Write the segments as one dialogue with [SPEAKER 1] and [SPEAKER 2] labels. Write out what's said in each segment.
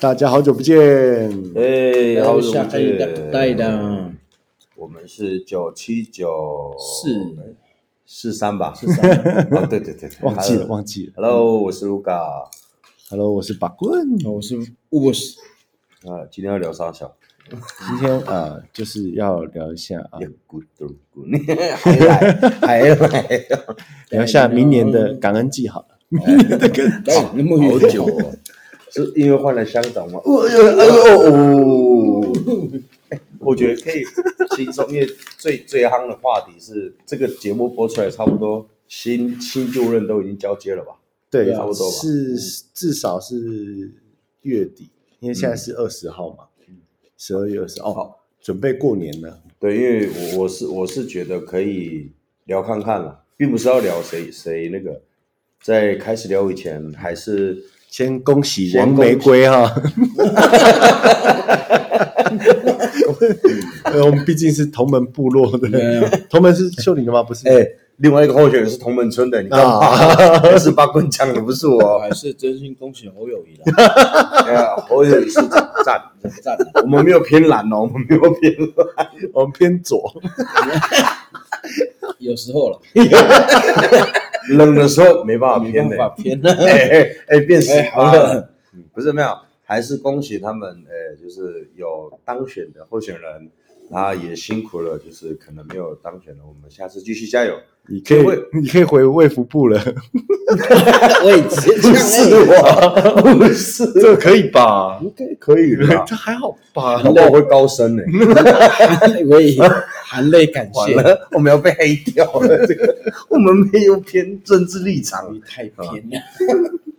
[SPEAKER 1] 大家好久不见，
[SPEAKER 2] 哎，好久
[SPEAKER 3] 下
[SPEAKER 2] 不
[SPEAKER 3] 哎呀
[SPEAKER 2] 见，
[SPEAKER 3] 对的，
[SPEAKER 2] 我们是九七九
[SPEAKER 3] 四
[SPEAKER 2] 四三吧，四 三，啊，对对对，对
[SPEAKER 1] 忘记了，。忘记了。
[SPEAKER 2] Hello，我是卢卡，
[SPEAKER 1] Hello，我是把棍。
[SPEAKER 3] 哦我是吴博士，
[SPEAKER 2] 啊，今天要聊啥小？
[SPEAKER 1] 今天啊、呃就是要聊一下啊，
[SPEAKER 2] 也咕嘟咕，还来还来，
[SPEAKER 1] 聊一下明年的感恩季好了。
[SPEAKER 3] 哎，那么
[SPEAKER 2] 好
[SPEAKER 3] 远
[SPEAKER 2] 久哦，是因为换了乡长吗？哦哎呦哎呦哦！我觉得可以轻松，因为最最夯的话题是这个节目播出来，差不多新新就任都已经交接了吧？
[SPEAKER 1] 对，
[SPEAKER 2] 差不多吧
[SPEAKER 1] 是至少是月底，因为现在是二十号嘛，十二月二十哦
[SPEAKER 2] 嗯好，
[SPEAKER 1] 准备过年了。
[SPEAKER 2] 对，因为我我是我是觉得可以聊看看了，并不是要聊谁谁那个，在开始聊以前，还是
[SPEAKER 1] 先恭喜
[SPEAKER 2] 先
[SPEAKER 1] 王
[SPEAKER 2] 恭
[SPEAKER 1] 玫
[SPEAKER 2] 喜
[SPEAKER 1] 瑰哈、 呃我们毕竟是同门部落
[SPEAKER 3] 没
[SPEAKER 1] 的
[SPEAKER 3] 有，
[SPEAKER 1] 同门是秀玲的吗？不是，
[SPEAKER 2] 哎、另外一个候选人是同门村的，你干嘛？也是八棍枪的，不是
[SPEAKER 3] 我
[SPEAKER 2] 我。
[SPEAKER 3] 还是真心恭喜侯友谊啦，
[SPEAKER 2] 哎呀，侯友宜市长赞，
[SPEAKER 3] 赞啊！
[SPEAKER 2] 我们没有偏蓝哦，我们没有偏蓝。
[SPEAKER 1] 我们偏左。
[SPEAKER 3] 有时候了，
[SPEAKER 2] 冷的时候没办法
[SPEAKER 3] 没
[SPEAKER 2] 偏
[SPEAKER 3] 办
[SPEAKER 2] 的、
[SPEAKER 3] 法偏 了，
[SPEAKER 2] 哎哎哎，变死
[SPEAKER 3] 哎好
[SPEAKER 2] 了
[SPEAKER 3] 了。
[SPEAKER 2] 不是没有，还是恭喜他们，呃，就是有当选的候选人，那也辛苦了，就是可能没有当选的，我们下次继续加油。
[SPEAKER 1] 你可以
[SPEAKER 2] 会，
[SPEAKER 1] 你可以回卫福部了，
[SPEAKER 3] 我也 直
[SPEAKER 2] 不
[SPEAKER 3] 接这
[SPEAKER 2] 是
[SPEAKER 3] 样
[SPEAKER 2] 我，不是，
[SPEAKER 1] 这个可以 吧？
[SPEAKER 2] 哎应该可以了，
[SPEAKER 1] 这还好吧？
[SPEAKER 2] 哎搞不好会高升呢、
[SPEAKER 3] 哎， 我 也含泪感
[SPEAKER 2] 完
[SPEAKER 3] 谢，
[SPEAKER 2] 了，我们要被黑掉了。这 个我们没有偏政治立场
[SPEAKER 3] 你，太偏了，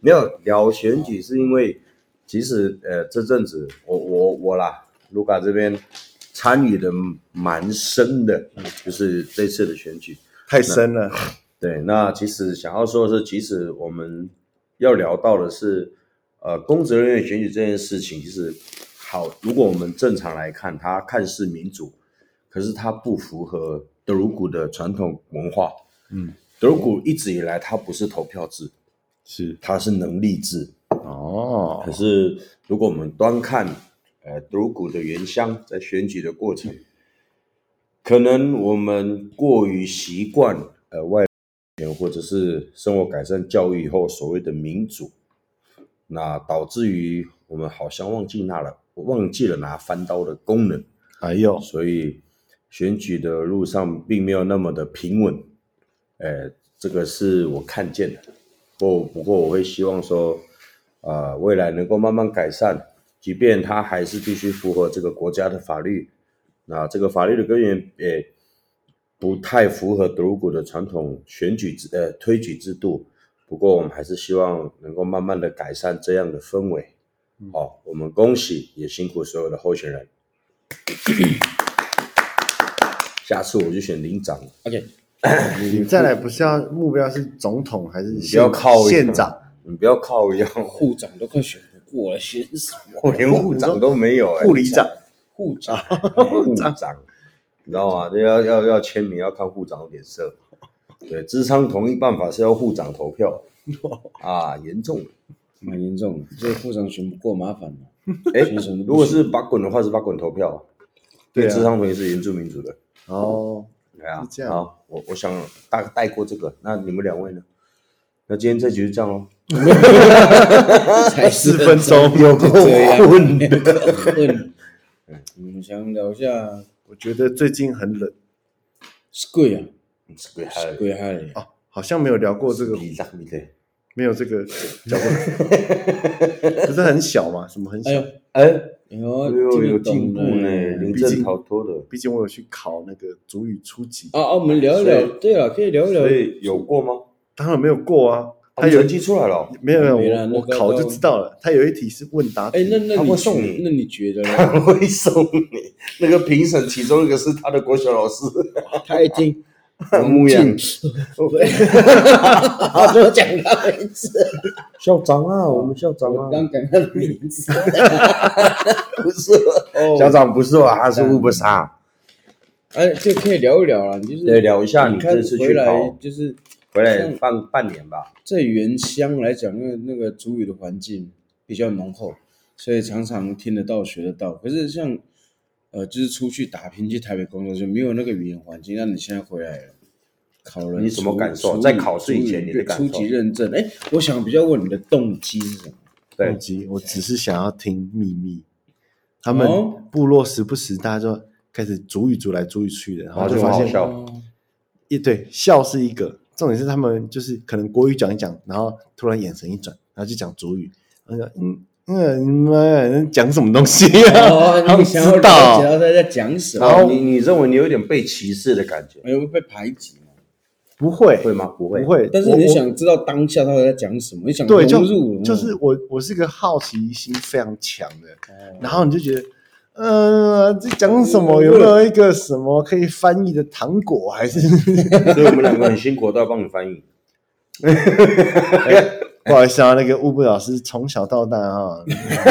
[SPEAKER 2] 没有聊选举，是因为其实呃这阵子我我我啦，卢卡这边参与的蛮深的，就是这次的选举。
[SPEAKER 1] 太深了，
[SPEAKER 2] 对，那其实想要说的是，其实我们要聊到的是，呃，公职人员选举这件事情，其实好，如果我们正常来看，它看似民主，可是它不符合德鲁古的传统文化。
[SPEAKER 1] 嗯，
[SPEAKER 2] 德鲁古一直以来它不是投票制，
[SPEAKER 1] 是
[SPEAKER 2] 它是能力制。
[SPEAKER 1] 哦
[SPEAKER 2] 可，是如果我们端看，呃，独股的原乡在选举的过程，可能我们过于习惯呃外援或者是生活改善教育以后所谓的民主，那导致于我们好像忘记拿了忘记了拿翻刀的功能，
[SPEAKER 1] 哎呦，
[SPEAKER 2] 所以选举的路上并没有那么的平稳。呃，这个是我看见的。不不过我会希望说，呃，未来能够慢慢改善，即便它还是必须符合这个国家的法律，那这个法律的根源也不太符合德鲁古的传统选举制呃推举制度。不过我们还是希望能够慢慢的改善这样的氛围。好、我们恭喜也辛苦所有的候选人。下次我就选领长，
[SPEAKER 3] OK，
[SPEAKER 1] 你再来不是要目标是总统还是
[SPEAKER 2] 你不要靠
[SPEAKER 1] 县长？，
[SPEAKER 2] 你不要靠腰，
[SPEAKER 3] 护长都快选不过了，选什么
[SPEAKER 2] 我连护长都没有、欸，
[SPEAKER 1] 护理长
[SPEAKER 3] 护长？
[SPEAKER 2] 护长，你知道吗？这要要要签名，要看护长的脸色。对，智商同意办法是要护长投票啊，严重。
[SPEAKER 3] 蛮严重的，这护长选不过麻烦了。
[SPEAKER 2] 哎
[SPEAKER 3] 其实，
[SPEAKER 2] 如果是把滚的话，是把滚投票，因
[SPEAKER 1] 对
[SPEAKER 2] 为智
[SPEAKER 1] 啊，
[SPEAKER 2] 商同意是原住民族的。
[SPEAKER 1] 哦，
[SPEAKER 2] 对啊
[SPEAKER 1] 是，这样
[SPEAKER 2] 好，我我想大概带过这个，那你们两位呢？那今天这局就这样喽。
[SPEAKER 3] 才
[SPEAKER 1] 四分 钟，
[SPEAKER 3] 这样混的 混。我们想聊一下
[SPEAKER 1] 我觉得最近很冷
[SPEAKER 3] Square 啊
[SPEAKER 2] 鬼嗨，
[SPEAKER 3] ，Square 嗨，
[SPEAKER 1] 哦，好像没有聊过这个，
[SPEAKER 2] 你让你的，
[SPEAKER 1] 没有这 个聊过，不是很小嘛？什么很小
[SPEAKER 3] 哎？呦，
[SPEAKER 2] 哎，
[SPEAKER 3] 哎
[SPEAKER 2] 哎
[SPEAKER 3] 呦，
[SPEAKER 2] 呦，
[SPEAKER 3] 听
[SPEAKER 2] 有
[SPEAKER 3] 得
[SPEAKER 2] 进
[SPEAKER 3] 懂
[SPEAKER 2] 步呢，
[SPEAKER 3] 呢。
[SPEAKER 2] 临阵逃脱的。
[SPEAKER 1] 毕竟我有去考那个主语初级，
[SPEAKER 3] 啊啊，我们聊一
[SPEAKER 2] 所
[SPEAKER 3] 聊，对啊，可以聊一聊
[SPEAKER 2] 所。以有过吗？
[SPEAKER 1] 当然没有过啊。
[SPEAKER 2] 他
[SPEAKER 1] 他有
[SPEAKER 2] 成绩出来了 哦，
[SPEAKER 1] 没有没有，
[SPEAKER 3] 没啦
[SPEAKER 1] 我
[SPEAKER 3] 那
[SPEAKER 1] 我
[SPEAKER 3] 个
[SPEAKER 1] 考就
[SPEAKER 3] 都
[SPEAKER 1] 知道了。他有一题是问答
[SPEAKER 3] 哎
[SPEAKER 1] 题，，
[SPEAKER 3] 那那
[SPEAKER 2] 他
[SPEAKER 3] 你
[SPEAKER 2] 会送
[SPEAKER 3] 觉
[SPEAKER 2] 你
[SPEAKER 3] 那你觉得呢？
[SPEAKER 2] 他 会送你。那个评审其中一个是他的国小老师，
[SPEAKER 3] 他已 经
[SPEAKER 2] 牧羊
[SPEAKER 3] 进， 我多讲他名字，
[SPEAKER 2] 校长啊，我们校长
[SPEAKER 3] 我刚讲他的名 字。
[SPEAKER 2] 不是哦校长不是我，他是乌布沙。
[SPEAKER 3] 哎，这可以聊一聊啊，就是
[SPEAKER 2] 对，聊一下你
[SPEAKER 3] 你看
[SPEAKER 2] 这次
[SPEAKER 3] 回
[SPEAKER 2] 去
[SPEAKER 3] 来
[SPEAKER 2] 考，
[SPEAKER 3] 就是
[SPEAKER 2] 回来半半年吧。
[SPEAKER 3] 在原乡来讲，那那个主语的环境比较浓厚，所
[SPEAKER 2] 嗯
[SPEAKER 3] 以常常听得到、学得到。可是像呃，就是出去打拼去台北工作，就没有那个语言环境。那你现在回来了，考了
[SPEAKER 2] 你什么
[SPEAKER 3] 厨
[SPEAKER 2] 感受
[SPEAKER 3] 厨
[SPEAKER 2] 在
[SPEAKER 3] 艺
[SPEAKER 2] 考试以前你的感
[SPEAKER 3] 初
[SPEAKER 2] 受
[SPEAKER 3] 级认证，哎，我想比较问你的动机是什么？
[SPEAKER 2] 对
[SPEAKER 1] 动机，我只是想要听秘密。他们
[SPEAKER 3] 哦
[SPEAKER 1] 部落时不时大家就开始逐语逐来逐语去的，然后
[SPEAKER 2] 哦
[SPEAKER 1] 就
[SPEAKER 2] 这
[SPEAKER 1] 发
[SPEAKER 2] 么好
[SPEAKER 1] 现
[SPEAKER 2] 笑
[SPEAKER 1] 一对笑是一个，重点是他们就是可能国语讲一讲，然后突然眼神一转，然后就讲主语，然后就嗯嗯，你们讲什么东西啊？
[SPEAKER 3] 哦，你想要
[SPEAKER 1] 知道
[SPEAKER 3] 了解到他在讲什
[SPEAKER 2] 然
[SPEAKER 3] 么？
[SPEAKER 2] 后你你认为你有点被歧视的感觉，
[SPEAKER 3] 哎，会被排挤嘛？
[SPEAKER 1] 不会，
[SPEAKER 2] 会吗？不会，
[SPEAKER 1] 不，会，
[SPEAKER 3] 但是
[SPEAKER 1] 我
[SPEAKER 3] 你
[SPEAKER 1] 我
[SPEAKER 3] 想知道当下他在讲什么，你想
[SPEAKER 1] 对，就
[SPEAKER 3] 融入，
[SPEAKER 1] 就是我我是个好奇心非常强的，
[SPEAKER 2] 哦
[SPEAKER 1] 然后你就觉得。呃，这讲什
[SPEAKER 2] 嗯
[SPEAKER 1] 么？有没有一个什么可以翻译的糖果？还是
[SPEAKER 2] 所以我们两个很辛苦，都要帮你翻 译。
[SPEAKER 1] 不好意思啊，那个乌布老师从小到大哈，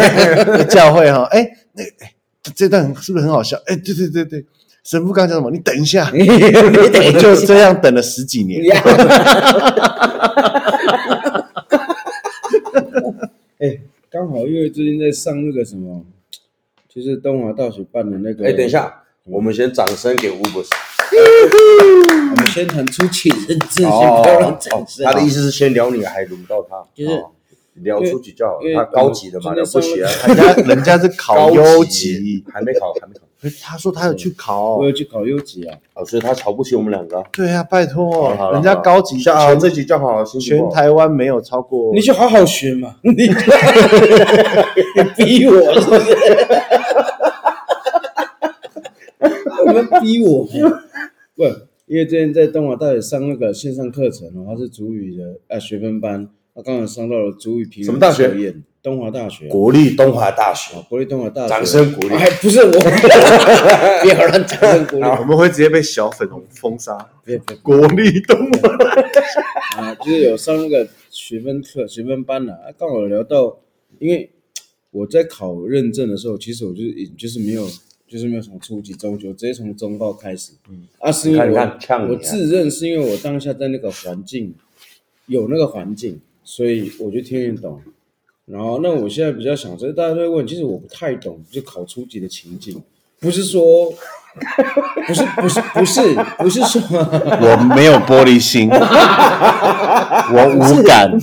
[SPEAKER 1] 教会哈，哎，那个哎这段是不是很好笑？哎，对对对对，神父刚讲什么？你等一 下，就这样等了十几年。
[SPEAKER 3] 呀， 哎，刚好因为最近在上那个什么，就是东华大学办的那个。
[SPEAKER 2] 哎，等一，下，我们先掌声给吴博士。
[SPEAKER 3] 我们先谈出几认证，先
[SPEAKER 2] 哦
[SPEAKER 3] 不要让
[SPEAKER 2] 哦
[SPEAKER 3] 掌声。
[SPEAKER 2] 他的意思是先聊女孩，轮到他，
[SPEAKER 3] 啊就是
[SPEAKER 2] 哦聊出去就好了
[SPEAKER 3] 因为
[SPEAKER 2] 他高级的嘛，
[SPEAKER 3] 因为
[SPEAKER 2] 了不起啊，
[SPEAKER 1] 人家人家是考
[SPEAKER 2] 高
[SPEAKER 1] 优
[SPEAKER 2] 级
[SPEAKER 1] 级，
[SPEAKER 2] 还没考，还没考。
[SPEAKER 1] 他说他有去考
[SPEAKER 3] 我，要去考优级啊，
[SPEAKER 2] 哦，所以他瞧不起我们两个啊。
[SPEAKER 1] 对啊，拜托
[SPEAKER 2] 好了好，了
[SPEAKER 1] 人家高级
[SPEAKER 2] 像啊，
[SPEAKER 1] 全
[SPEAKER 2] 这集叫好，心情不
[SPEAKER 1] 全
[SPEAKER 2] 好。
[SPEAKER 1] 台湾没有超过
[SPEAKER 3] 你，就好好学嘛，你 你逼我是不是？ 你们逼我吗？ 不，因为之前在东华大学上那个线上课程哦，它是主语的啊学分班，我刚好上到了主语评语
[SPEAKER 2] 什么大学
[SPEAKER 3] 测验？东华大学。
[SPEAKER 2] 国立东华大学
[SPEAKER 3] 啊，国立东华大学。
[SPEAKER 2] 掌声鼓励
[SPEAKER 3] 哎，不是我，不要乱掌声鼓励。
[SPEAKER 1] 我们会直接被小粉红封杀。
[SPEAKER 3] 别别
[SPEAKER 1] 国立动物
[SPEAKER 3] 啊，就是有上那个学分课、学分班了、啊，刚好聊到，因为我在考认证的时候，其实我就是已就是没有，就是没有从初级、中级，我直接从中高开始。嗯，啊，是因为
[SPEAKER 2] 你
[SPEAKER 3] 我
[SPEAKER 2] 看你看呛你啊
[SPEAKER 3] 我自认是因为我当下在那个环境有那个环境，所以我就听得懂。然后，那我现在比较想，就是大家都会问，其实我不太懂，就考初级的情境，不是说，不是不是不是不是 说。
[SPEAKER 1] 我没有玻璃心， 我无感。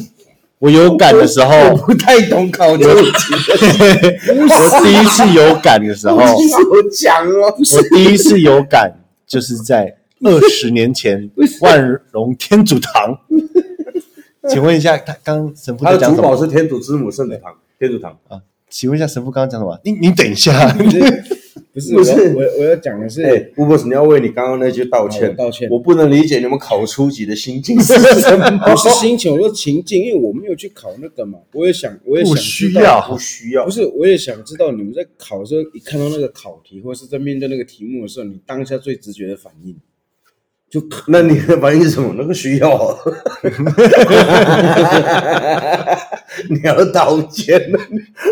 [SPEAKER 1] 我有感的时候，
[SPEAKER 2] 不太懂考究，
[SPEAKER 1] 我第一次有感的时候，
[SPEAKER 2] 我讲哦，
[SPEAKER 1] 我第一次有感就是在二十年前万荣天主 堂。请问一下，他刚刚神父
[SPEAKER 2] 他
[SPEAKER 1] 在
[SPEAKER 2] 的
[SPEAKER 1] 讲
[SPEAKER 2] 主
[SPEAKER 1] 什
[SPEAKER 2] 保
[SPEAKER 1] 么？
[SPEAKER 2] 是天主之母圣母堂，天主堂。
[SPEAKER 1] 啊，请问一下，神父刚刚讲什么？你你等一下，
[SPEAKER 3] 不是，
[SPEAKER 2] 不是
[SPEAKER 3] 我要我我要讲的是，
[SPEAKER 2] 哎，吴博士，你要为你刚刚那句道
[SPEAKER 3] 好
[SPEAKER 2] 歉，
[SPEAKER 3] 我道歉
[SPEAKER 2] 哦我不能理解你们考初级的心境是什么，
[SPEAKER 3] 不是心情，我说情境，因为我没有去考那个嘛，我也想，我也想
[SPEAKER 1] 不
[SPEAKER 3] 知
[SPEAKER 1] 需
[SPEAKER 3] 道，
[SPEAKER 1] 要
[SPEAKER 2] 不需要
[SPEAKER 3] 不。是，我也想知道你们在考的时候，一看到那个考题，或是在面对那个题目的时候，你当下最直觉的反应，就可
[SPEAKER 2] 那你的反应是什么？那个需要 啊，你要道歉了。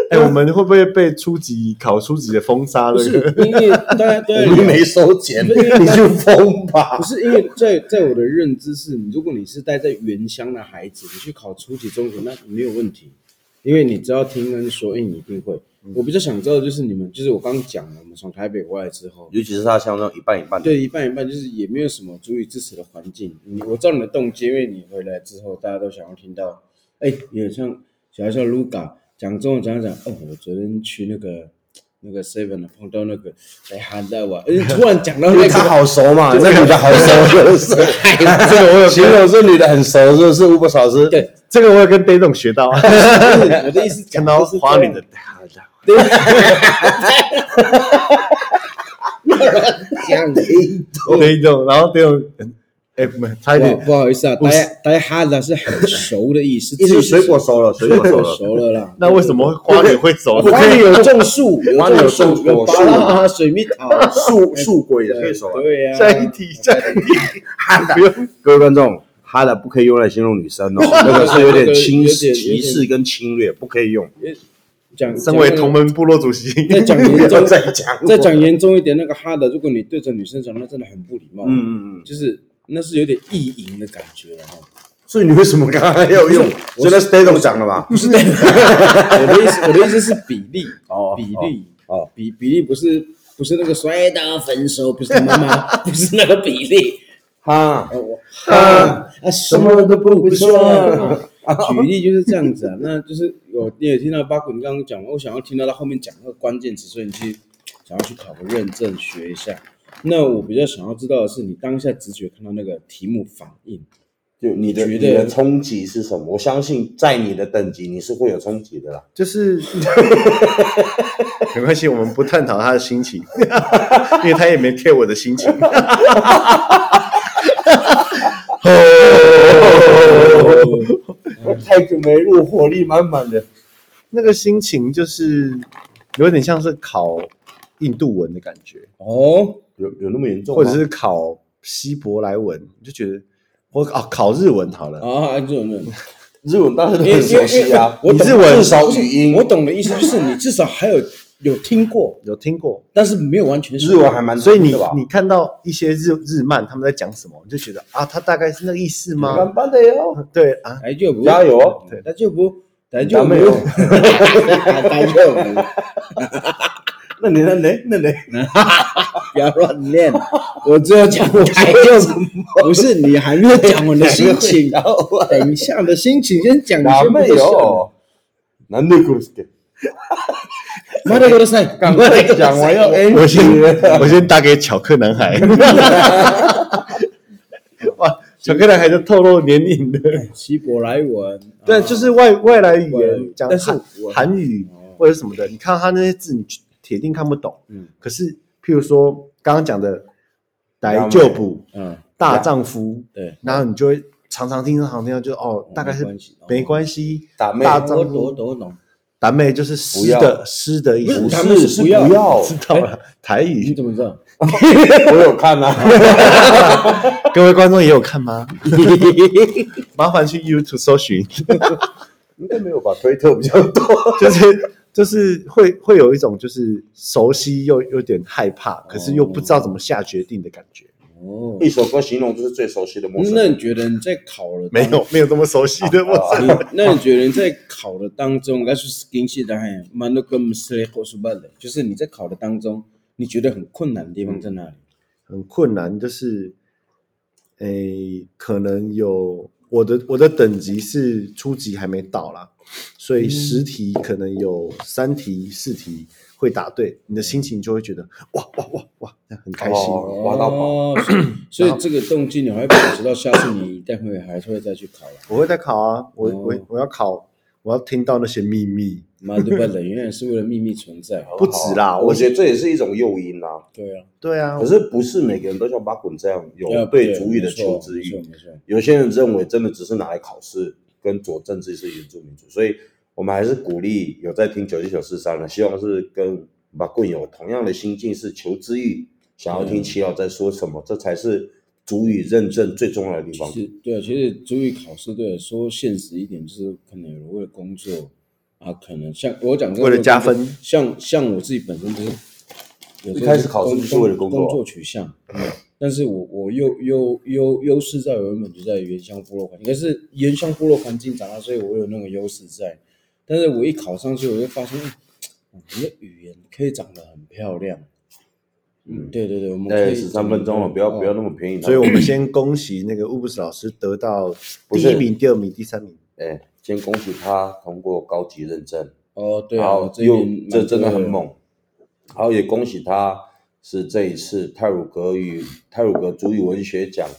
[SPEAKER 1] 哎、我们会不会被初级考初级的封杀
[SPEAKER 3] 不
[SPEAKER 1] 了？
[SPEAKER 3] 是因为大家都在
[SPEAKER 2] 我们
[SPEAKER 3] 聊
[SPEAKER 2] 没收钱，你就疯吧
[SPEAKER 3] 不。是因为在在我的认知是，如果你是待在原乡的孩子，你去考初级、中学，那没有问题，因为你只要听人说，哎、你一定会。我比较想知道就是你们，就是我刚刚讲了，我们从台北回来之后，
[SPEAKER 2] 尤其是他像那种一半一半的，
[SPEAKER 3] 对一半一半，就是也没有什么足以支持的环境。你我知道你的动机，因为你回来之后，大家都想要听到，哎、也像小孩叫 Luca 讲中文讲一讲，哦，我昨天去那个那个 Seven 碰到那个，哎，喊到我，哎，突然讲到那
[SPEAKER 2] 对
[SPEAKER 3] 个，
[SPEAKER 2] 他好熟嘛，这女的好熟，就是这个我有形容这女的很熟，是不是吴博士老师？
[SPEAKER 3] 对，
[SPEAKER 1] 这个我有跟 d a y d o n 学 到，
[SPEAKER 3] 我的意思
[SPEAKER 1] 看
[SPEAKER 3] 讲
[SPEAKER 1] 到
[SPEAKER 3] 就是这样
[SPEAKER 1] 花莲的，
[SPEAKER 3] 讲
[SPEAKER 1] d a y d o n 然后 d a y d o n 哎，不，差一
[SPEAKER 3] 不好
[SPEAKER 1] 点。
[SPEAKER 3] 不好意思啊，
[SPEAKER 1] 不
[SPEAKER 3] 大
[SPEAKER 1] 是
[SPEAKER 3] 家大家哈的是很熟的意思，
[SPEAKER 2] 一
[SPEAKER 3] 自
[SPEAKER 2] 直
[SPEAKER 3] 己
[SPEAKER 2] 水果熟了，水果熟
[SPEAKER 3] 熟
[SPEAKER 2] 了。
[SPEAKER 3] 熟了啦。
[SPEAKER 1] 那为什么花莲会走呢？
[SPEAKER 2] 我可以
[SPEAKER 3] 有种树，
[SPEAKER 2] 花
[SPEAKER 3] 有
[SPEAKER 2] 莲有
[SPEAKER 3] 种
[SPEAKER 2] 种
[SPEAKER 3] 树，
[SPEAKER 2] 树
[SPEAKER 3] 有芭乐啊，水蜜桃，
[SPEAKER 2] 树树鬼啊的可以熟了。
[SPEAKER 3] 对呀，
[SPEAKER 1] 下一题，下一题，
[SPEAKER 2] 哈
[SPEAKER 1] 不用
[SPEAKER 2] 各位观众，哈的不可以用来形容女 生哦，那个是有点轻歧视跟侵略，不可以用。
[SPEAKER 3] 讲
[SPEAKER 1] 身为同
[SPEAKER 3] 讲
[SPEAKER 1] 门部落主席，
[SPEAKER 3] 再讲 严重，
[SPEAKER 2] 再讲
[SPEAKER 3] 再讲严重一点，那个哈的，如果你对着女生讲，那真的很不礼貌。
[SPEAKER 2] 嗯嗯嗯，
[SPEAKER 3] 就是那是有点意淫的感觉了哈。
[SPEAKER 2] 所以你为什么刚刚还要用？所以那 stay 都涨了嘛？
[SPEAKER 3] 不是我的意思，我的意思是比例，
[SPEAKER 2] 哦
[SPEAKER 3] 比例，
[SPEAKER 2] 哦哦
[SPEAKER 3] 比比例不是不是那个摔到分手，不是妈妈，不是那个比例。
[SPEAKER 2] 哈，
[SPEAKER 3] 哦我
[SPEAKER 2] 啊
[SPEAKER 3] 啊，什么
[SPEAKER 2] 么都不
[SPEAKER 3] 说。 举例就是这样子啊， 那就是我你也听到八滚刚刚讲，我想要听到他后面讲那个关键词，所以你去想要去考个认证学一下。那我比较想要知道的是，你当下直觉看到那个题目反应，
[SPEAKER 2] 就你的
[SPEAKER 3] 觉
[SPEAKER 2] 你
[SPEAKER 3] 得
[SPEAKER 2] 的冲击是什么？我相信在你的等级，你是会有冲击的啦。
[SPEAKER 1] 就是 没关系，我们不探讨他的心情，因为他也没 care 我的心 情。
[SPEAKER 2] 哦我太久没录，火力满满的。
[SPEAKER 1] 那个心情就是有点像是考印度文的感觉，
[SPEAKER 3] 哦，
[SPEAKER 2] 有有那么严重
[SPEAKER 1] 或
[SPEAKER 2] 吗？
[SPEAKER 1] 者是考希伯来文，你就觉得我啊考日文好了。
[SPEAKER 3] 啊，这种人，
[SPEAKER 2] 日文大家都很 熟悉啊，
[SPEAKER 3] 因为因为因为我
[SPEAKER 2] 你日
[SPEAKER 3] 懂
[SPEAKER 2] 文至少语音
[SPEAKER 3] 我，懂的意思就是你至少还有有听过，
[SPEAKER 1] 有听过，
[SPEAKER 3] 但是没有完全熟
[SPEAKER 2] 日文还蛮
[SPEAKER 1] 所以你
[SPEAKER 2] 懂的吧
[SPEAKER 1] 你看到一些日日漫，他们在讲什么，你就觉得啊，他大概是那个意思吗？
[SPEAKER 2] 干巴的哟，
[SPEAKER 1] 对啊，
[SPEAKER 3] 大丈夫
[SPEAKER 2] 加油哦！
[SPEAKER 1] 对
[SPEAKER 3] 大丈夫，大
[SPEAKER 2] ダ
[SPEAKER 3] 丈夫
[SPEAKER 2] メ よ，
[SPEAKER 3] 大丈夫。
[SPEAKER 2] 那你那那那你
[SPEAKER 3] 不要乱念，我只有讲我还有，不是你还没有讲我的心情，等一下我的心情先讲，你
[SPEAKER 2] ダ
[SPEAKER 3] 先
[SPEAKER 2] メ
[SPEAKER 3] 不说。
[SPEAKER 2] よ。なんで苦しくて？
[SPEAKER 3] 妈的，给我塞，赶快
[SPEAKER 2] 讲完要 N
[SPEAKER 1] 我先我先打给巧克男 孩。哇，巧克男孩就透露年龄的，
[SPEAKER 3] 希伯来文，
[SPEAKER 1] 哎对，就是外外来语
[SPEAKER 3] 嗯外来语
[SPEAKER 1] 言，讲
[SPEAKER 3] 但是
[SPEAKER 1] 韩
[SPEAKER 3] 我
[SPEAKER 1] 韩语
[SPEAKER 3] 哦
[SPEAKER 1] 或者什么的，你看他那些字，你铁定看不懂。
[SPEAKER 3] 嗯
[SPEAKER 1] 可是，譬如说刚刚讲的“来救补”“
[SPEAKER 3] 嗯，
[SPEAKER 1] 大丈夫
[SPEAKER 3] 对”，，
[SPEAKER 1] 然后你就会常常听，常常听到，就哦，大概是
[SPEAKER 3] 没关系
[SPEAKER 1] 没关系，
[SPEAKER 2] ダメ
[SPEAKER 1] 大
[SPEAKER 3] 我懂我懂我懂，
[SPEAKER 1] 咱妹就是湿
[SPEAKER 2] 不要
[SPEAKER 1] 的湿的意思
[SPEAKER 2] 不
[SPEAKER 3] 他们
[SPEAKER 2] 是
[SPEAKER 3] 是
[SPEAKER 2] 是不
[SPEAKER 3] 不要哎
[SPEAKER 2] 要，
[SPEAKER 1] 知道了。台
[SPEAKER 3] 你
[SPEAKER 1] 语，
[SPEAKER 3] 怎么知道？
[SPEAKER 2] 我有看啊，
[SPEAKER 1] 各位观众也有看 吗？麻烦去 YouTube 搜寻，
[SPEAKER 2] 应该没有吧？推特比较多。
[SPEAKER 1] 就是就是会会有一种就是熟悉又有点害怕，可是又不知道怎么下决定的感觉。
[SPEAKER 3] 哦，
[SPEAKER 2] 一首歌形容就是最熟悉的陌生
[SPEAKER 3] 那
[SPEAKER 2] 人。
[SPEAKER 3] 你觉得你在考了
[SPEAKER 1] 没有没有这么熟悉的，我
[SPEAKER 2] 啊
[SPEAKER 3] 你那你觉得你在考的当中，该说 skin 系的还蛮多跟 s l e 就是你在考的当中，你觉得很困难的地方在哪里？
[SPEAKER 1] 很困难，就是诶、可能有我的我的等级是初级还没到啦，所以十题可能有三题四题会答对，你的心情就会觉得哇哇哇哇，很开心。
[SPEAKER 2] 哦挖到宝
[SPEAKER 3] 哦，所以所以这个动机你还会保持到下次你待会还是会再去考了。
[SPEAKER 1] 我会再考啊，我、
[SPEAKER 3] 哦
[SPEAKER 1] 我我要考，我要听到那些秘密。
[SPEAKER 3] 妈对吧？冷远是为了秘密存在。
[SPEAKER 1] 不止啦
[SPEAKER 2] 我
[SPEAKER 1] 我
[SPEAKER 2] 觉得这也是一种诱因啦。
[SPEAKER 3] 对啊，
[SPEAKER 1] 对啊，
[SPEAKER 2] 可是不是每个人都像巴滚这样有
[SPEAKER 3] 要
[SPEAKER 2] 对主语的
[SPEAKER 3] 没错
[SPEAKER 2] 求知
[SPEAKER 3] 没
[SPEAKER 2] 欲
[SPEAKER 3] 错，没错。
[SPEAKER 2] 有些人认为真的只是拿来考试跟佐证自己是原住民族，所以我们还是鼓励有在听九七九四三的，希望是跟巴棍有同样的心境，是求知欲，想要
[SPEAKER 3] 嗯
[SPEAKER 2] 听齐老在说什么，这才是主语认证最重要的地方。
[SPEAKER 3] 是，对啊，其实主语考试，对啊说现实一点，就是可能有人为了工作啊，可能像我讲真的，
[SPEAKER 1] 为了加分
[SPEAKER 3] 像像我自己本身就是有
[SPEAKER 2] 一
[SPEAKER 3] 时候
[SPEAKER 2] 开始考试就是为了工作
[SPEAKER 3] 工作取向，嗯但是我我优优优优势在我原本就在原乡部落环境，可是原乡部落环境长大，所以我有那个优势在，但是我一考上去，我就发现，嗯我们的语言可以长得很漂亮。嗯，对对对，我们可
[SPEAKER 2] 哎，
[SPEAKER 3] 以嗯
[SPEAKER 2] 十三分钟了，不要不要那么便宜。
[SPEAKER 1] 所以我们先恭喜那个乌布斯老师得到
[SPEAKER 2] 不
[SPEAKER 1] 第
[SPEAKER 2] 是
[SPEAKER 1] 一名、第二名、第三名。
[SPEAKER 2] 哎，先恭喜他通过高级认证。
[SPEAKER 3] 哦，对
[SPEAKER 2] 然
[SPEAKER 3] 啊
[SPEAKER 2] 后，
[SPEAKER 3] 一
[SPEAKER 2] 又
[SPEAKER 3] 点
[SPEAKER 2] 这
[SPEAKER 3] 蛮啊
[SPEAKER 2] 真的
[SPEAKER 3] 多
[SPEAKER 2] 很猛，然后也恭喜他是这一次泰鲁格语泰鲁格主语文学奖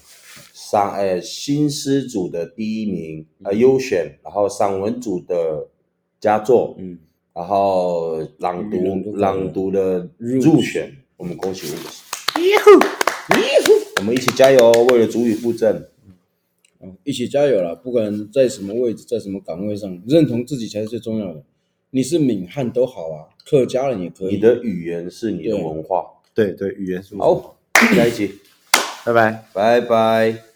[SPEAKER 2] 上哎新诗组的第一名啊、呃
[SPEAKER 3] 嗯
[SPEAKER 2] 优选，然后散文组的佳作，
[SPEAKER 3] 嗯，
[SPEAKER 2] 然后朗
[SPEAKER 3] 语朗读
[SPEAKER 2] 读
[SPEAKER 3] 的
[SPEAKER 2] 朗读的
[SPEAKER 3] 入
[SPEAKER 2] 入选，我们恭喜恭喜，我们一起加油，为了主语复振。
[SPEAKER 3] 哦，一起加油啦！不管在什么位置，在什么岗位上，认同自己才是最重要的。你是闽汉都好啊，客家人也可以。
[SPEAKER 2] 你的语言是你的
[SPEAKER 3] 对
[SPEAKER 2] 文化。
[SPEAKER 1] 对对，语言是不是
[SPEAKER 2] 好，下一集，
[SPEAKER 1] 拜拜。
[SPEAKER 2] 拜拜。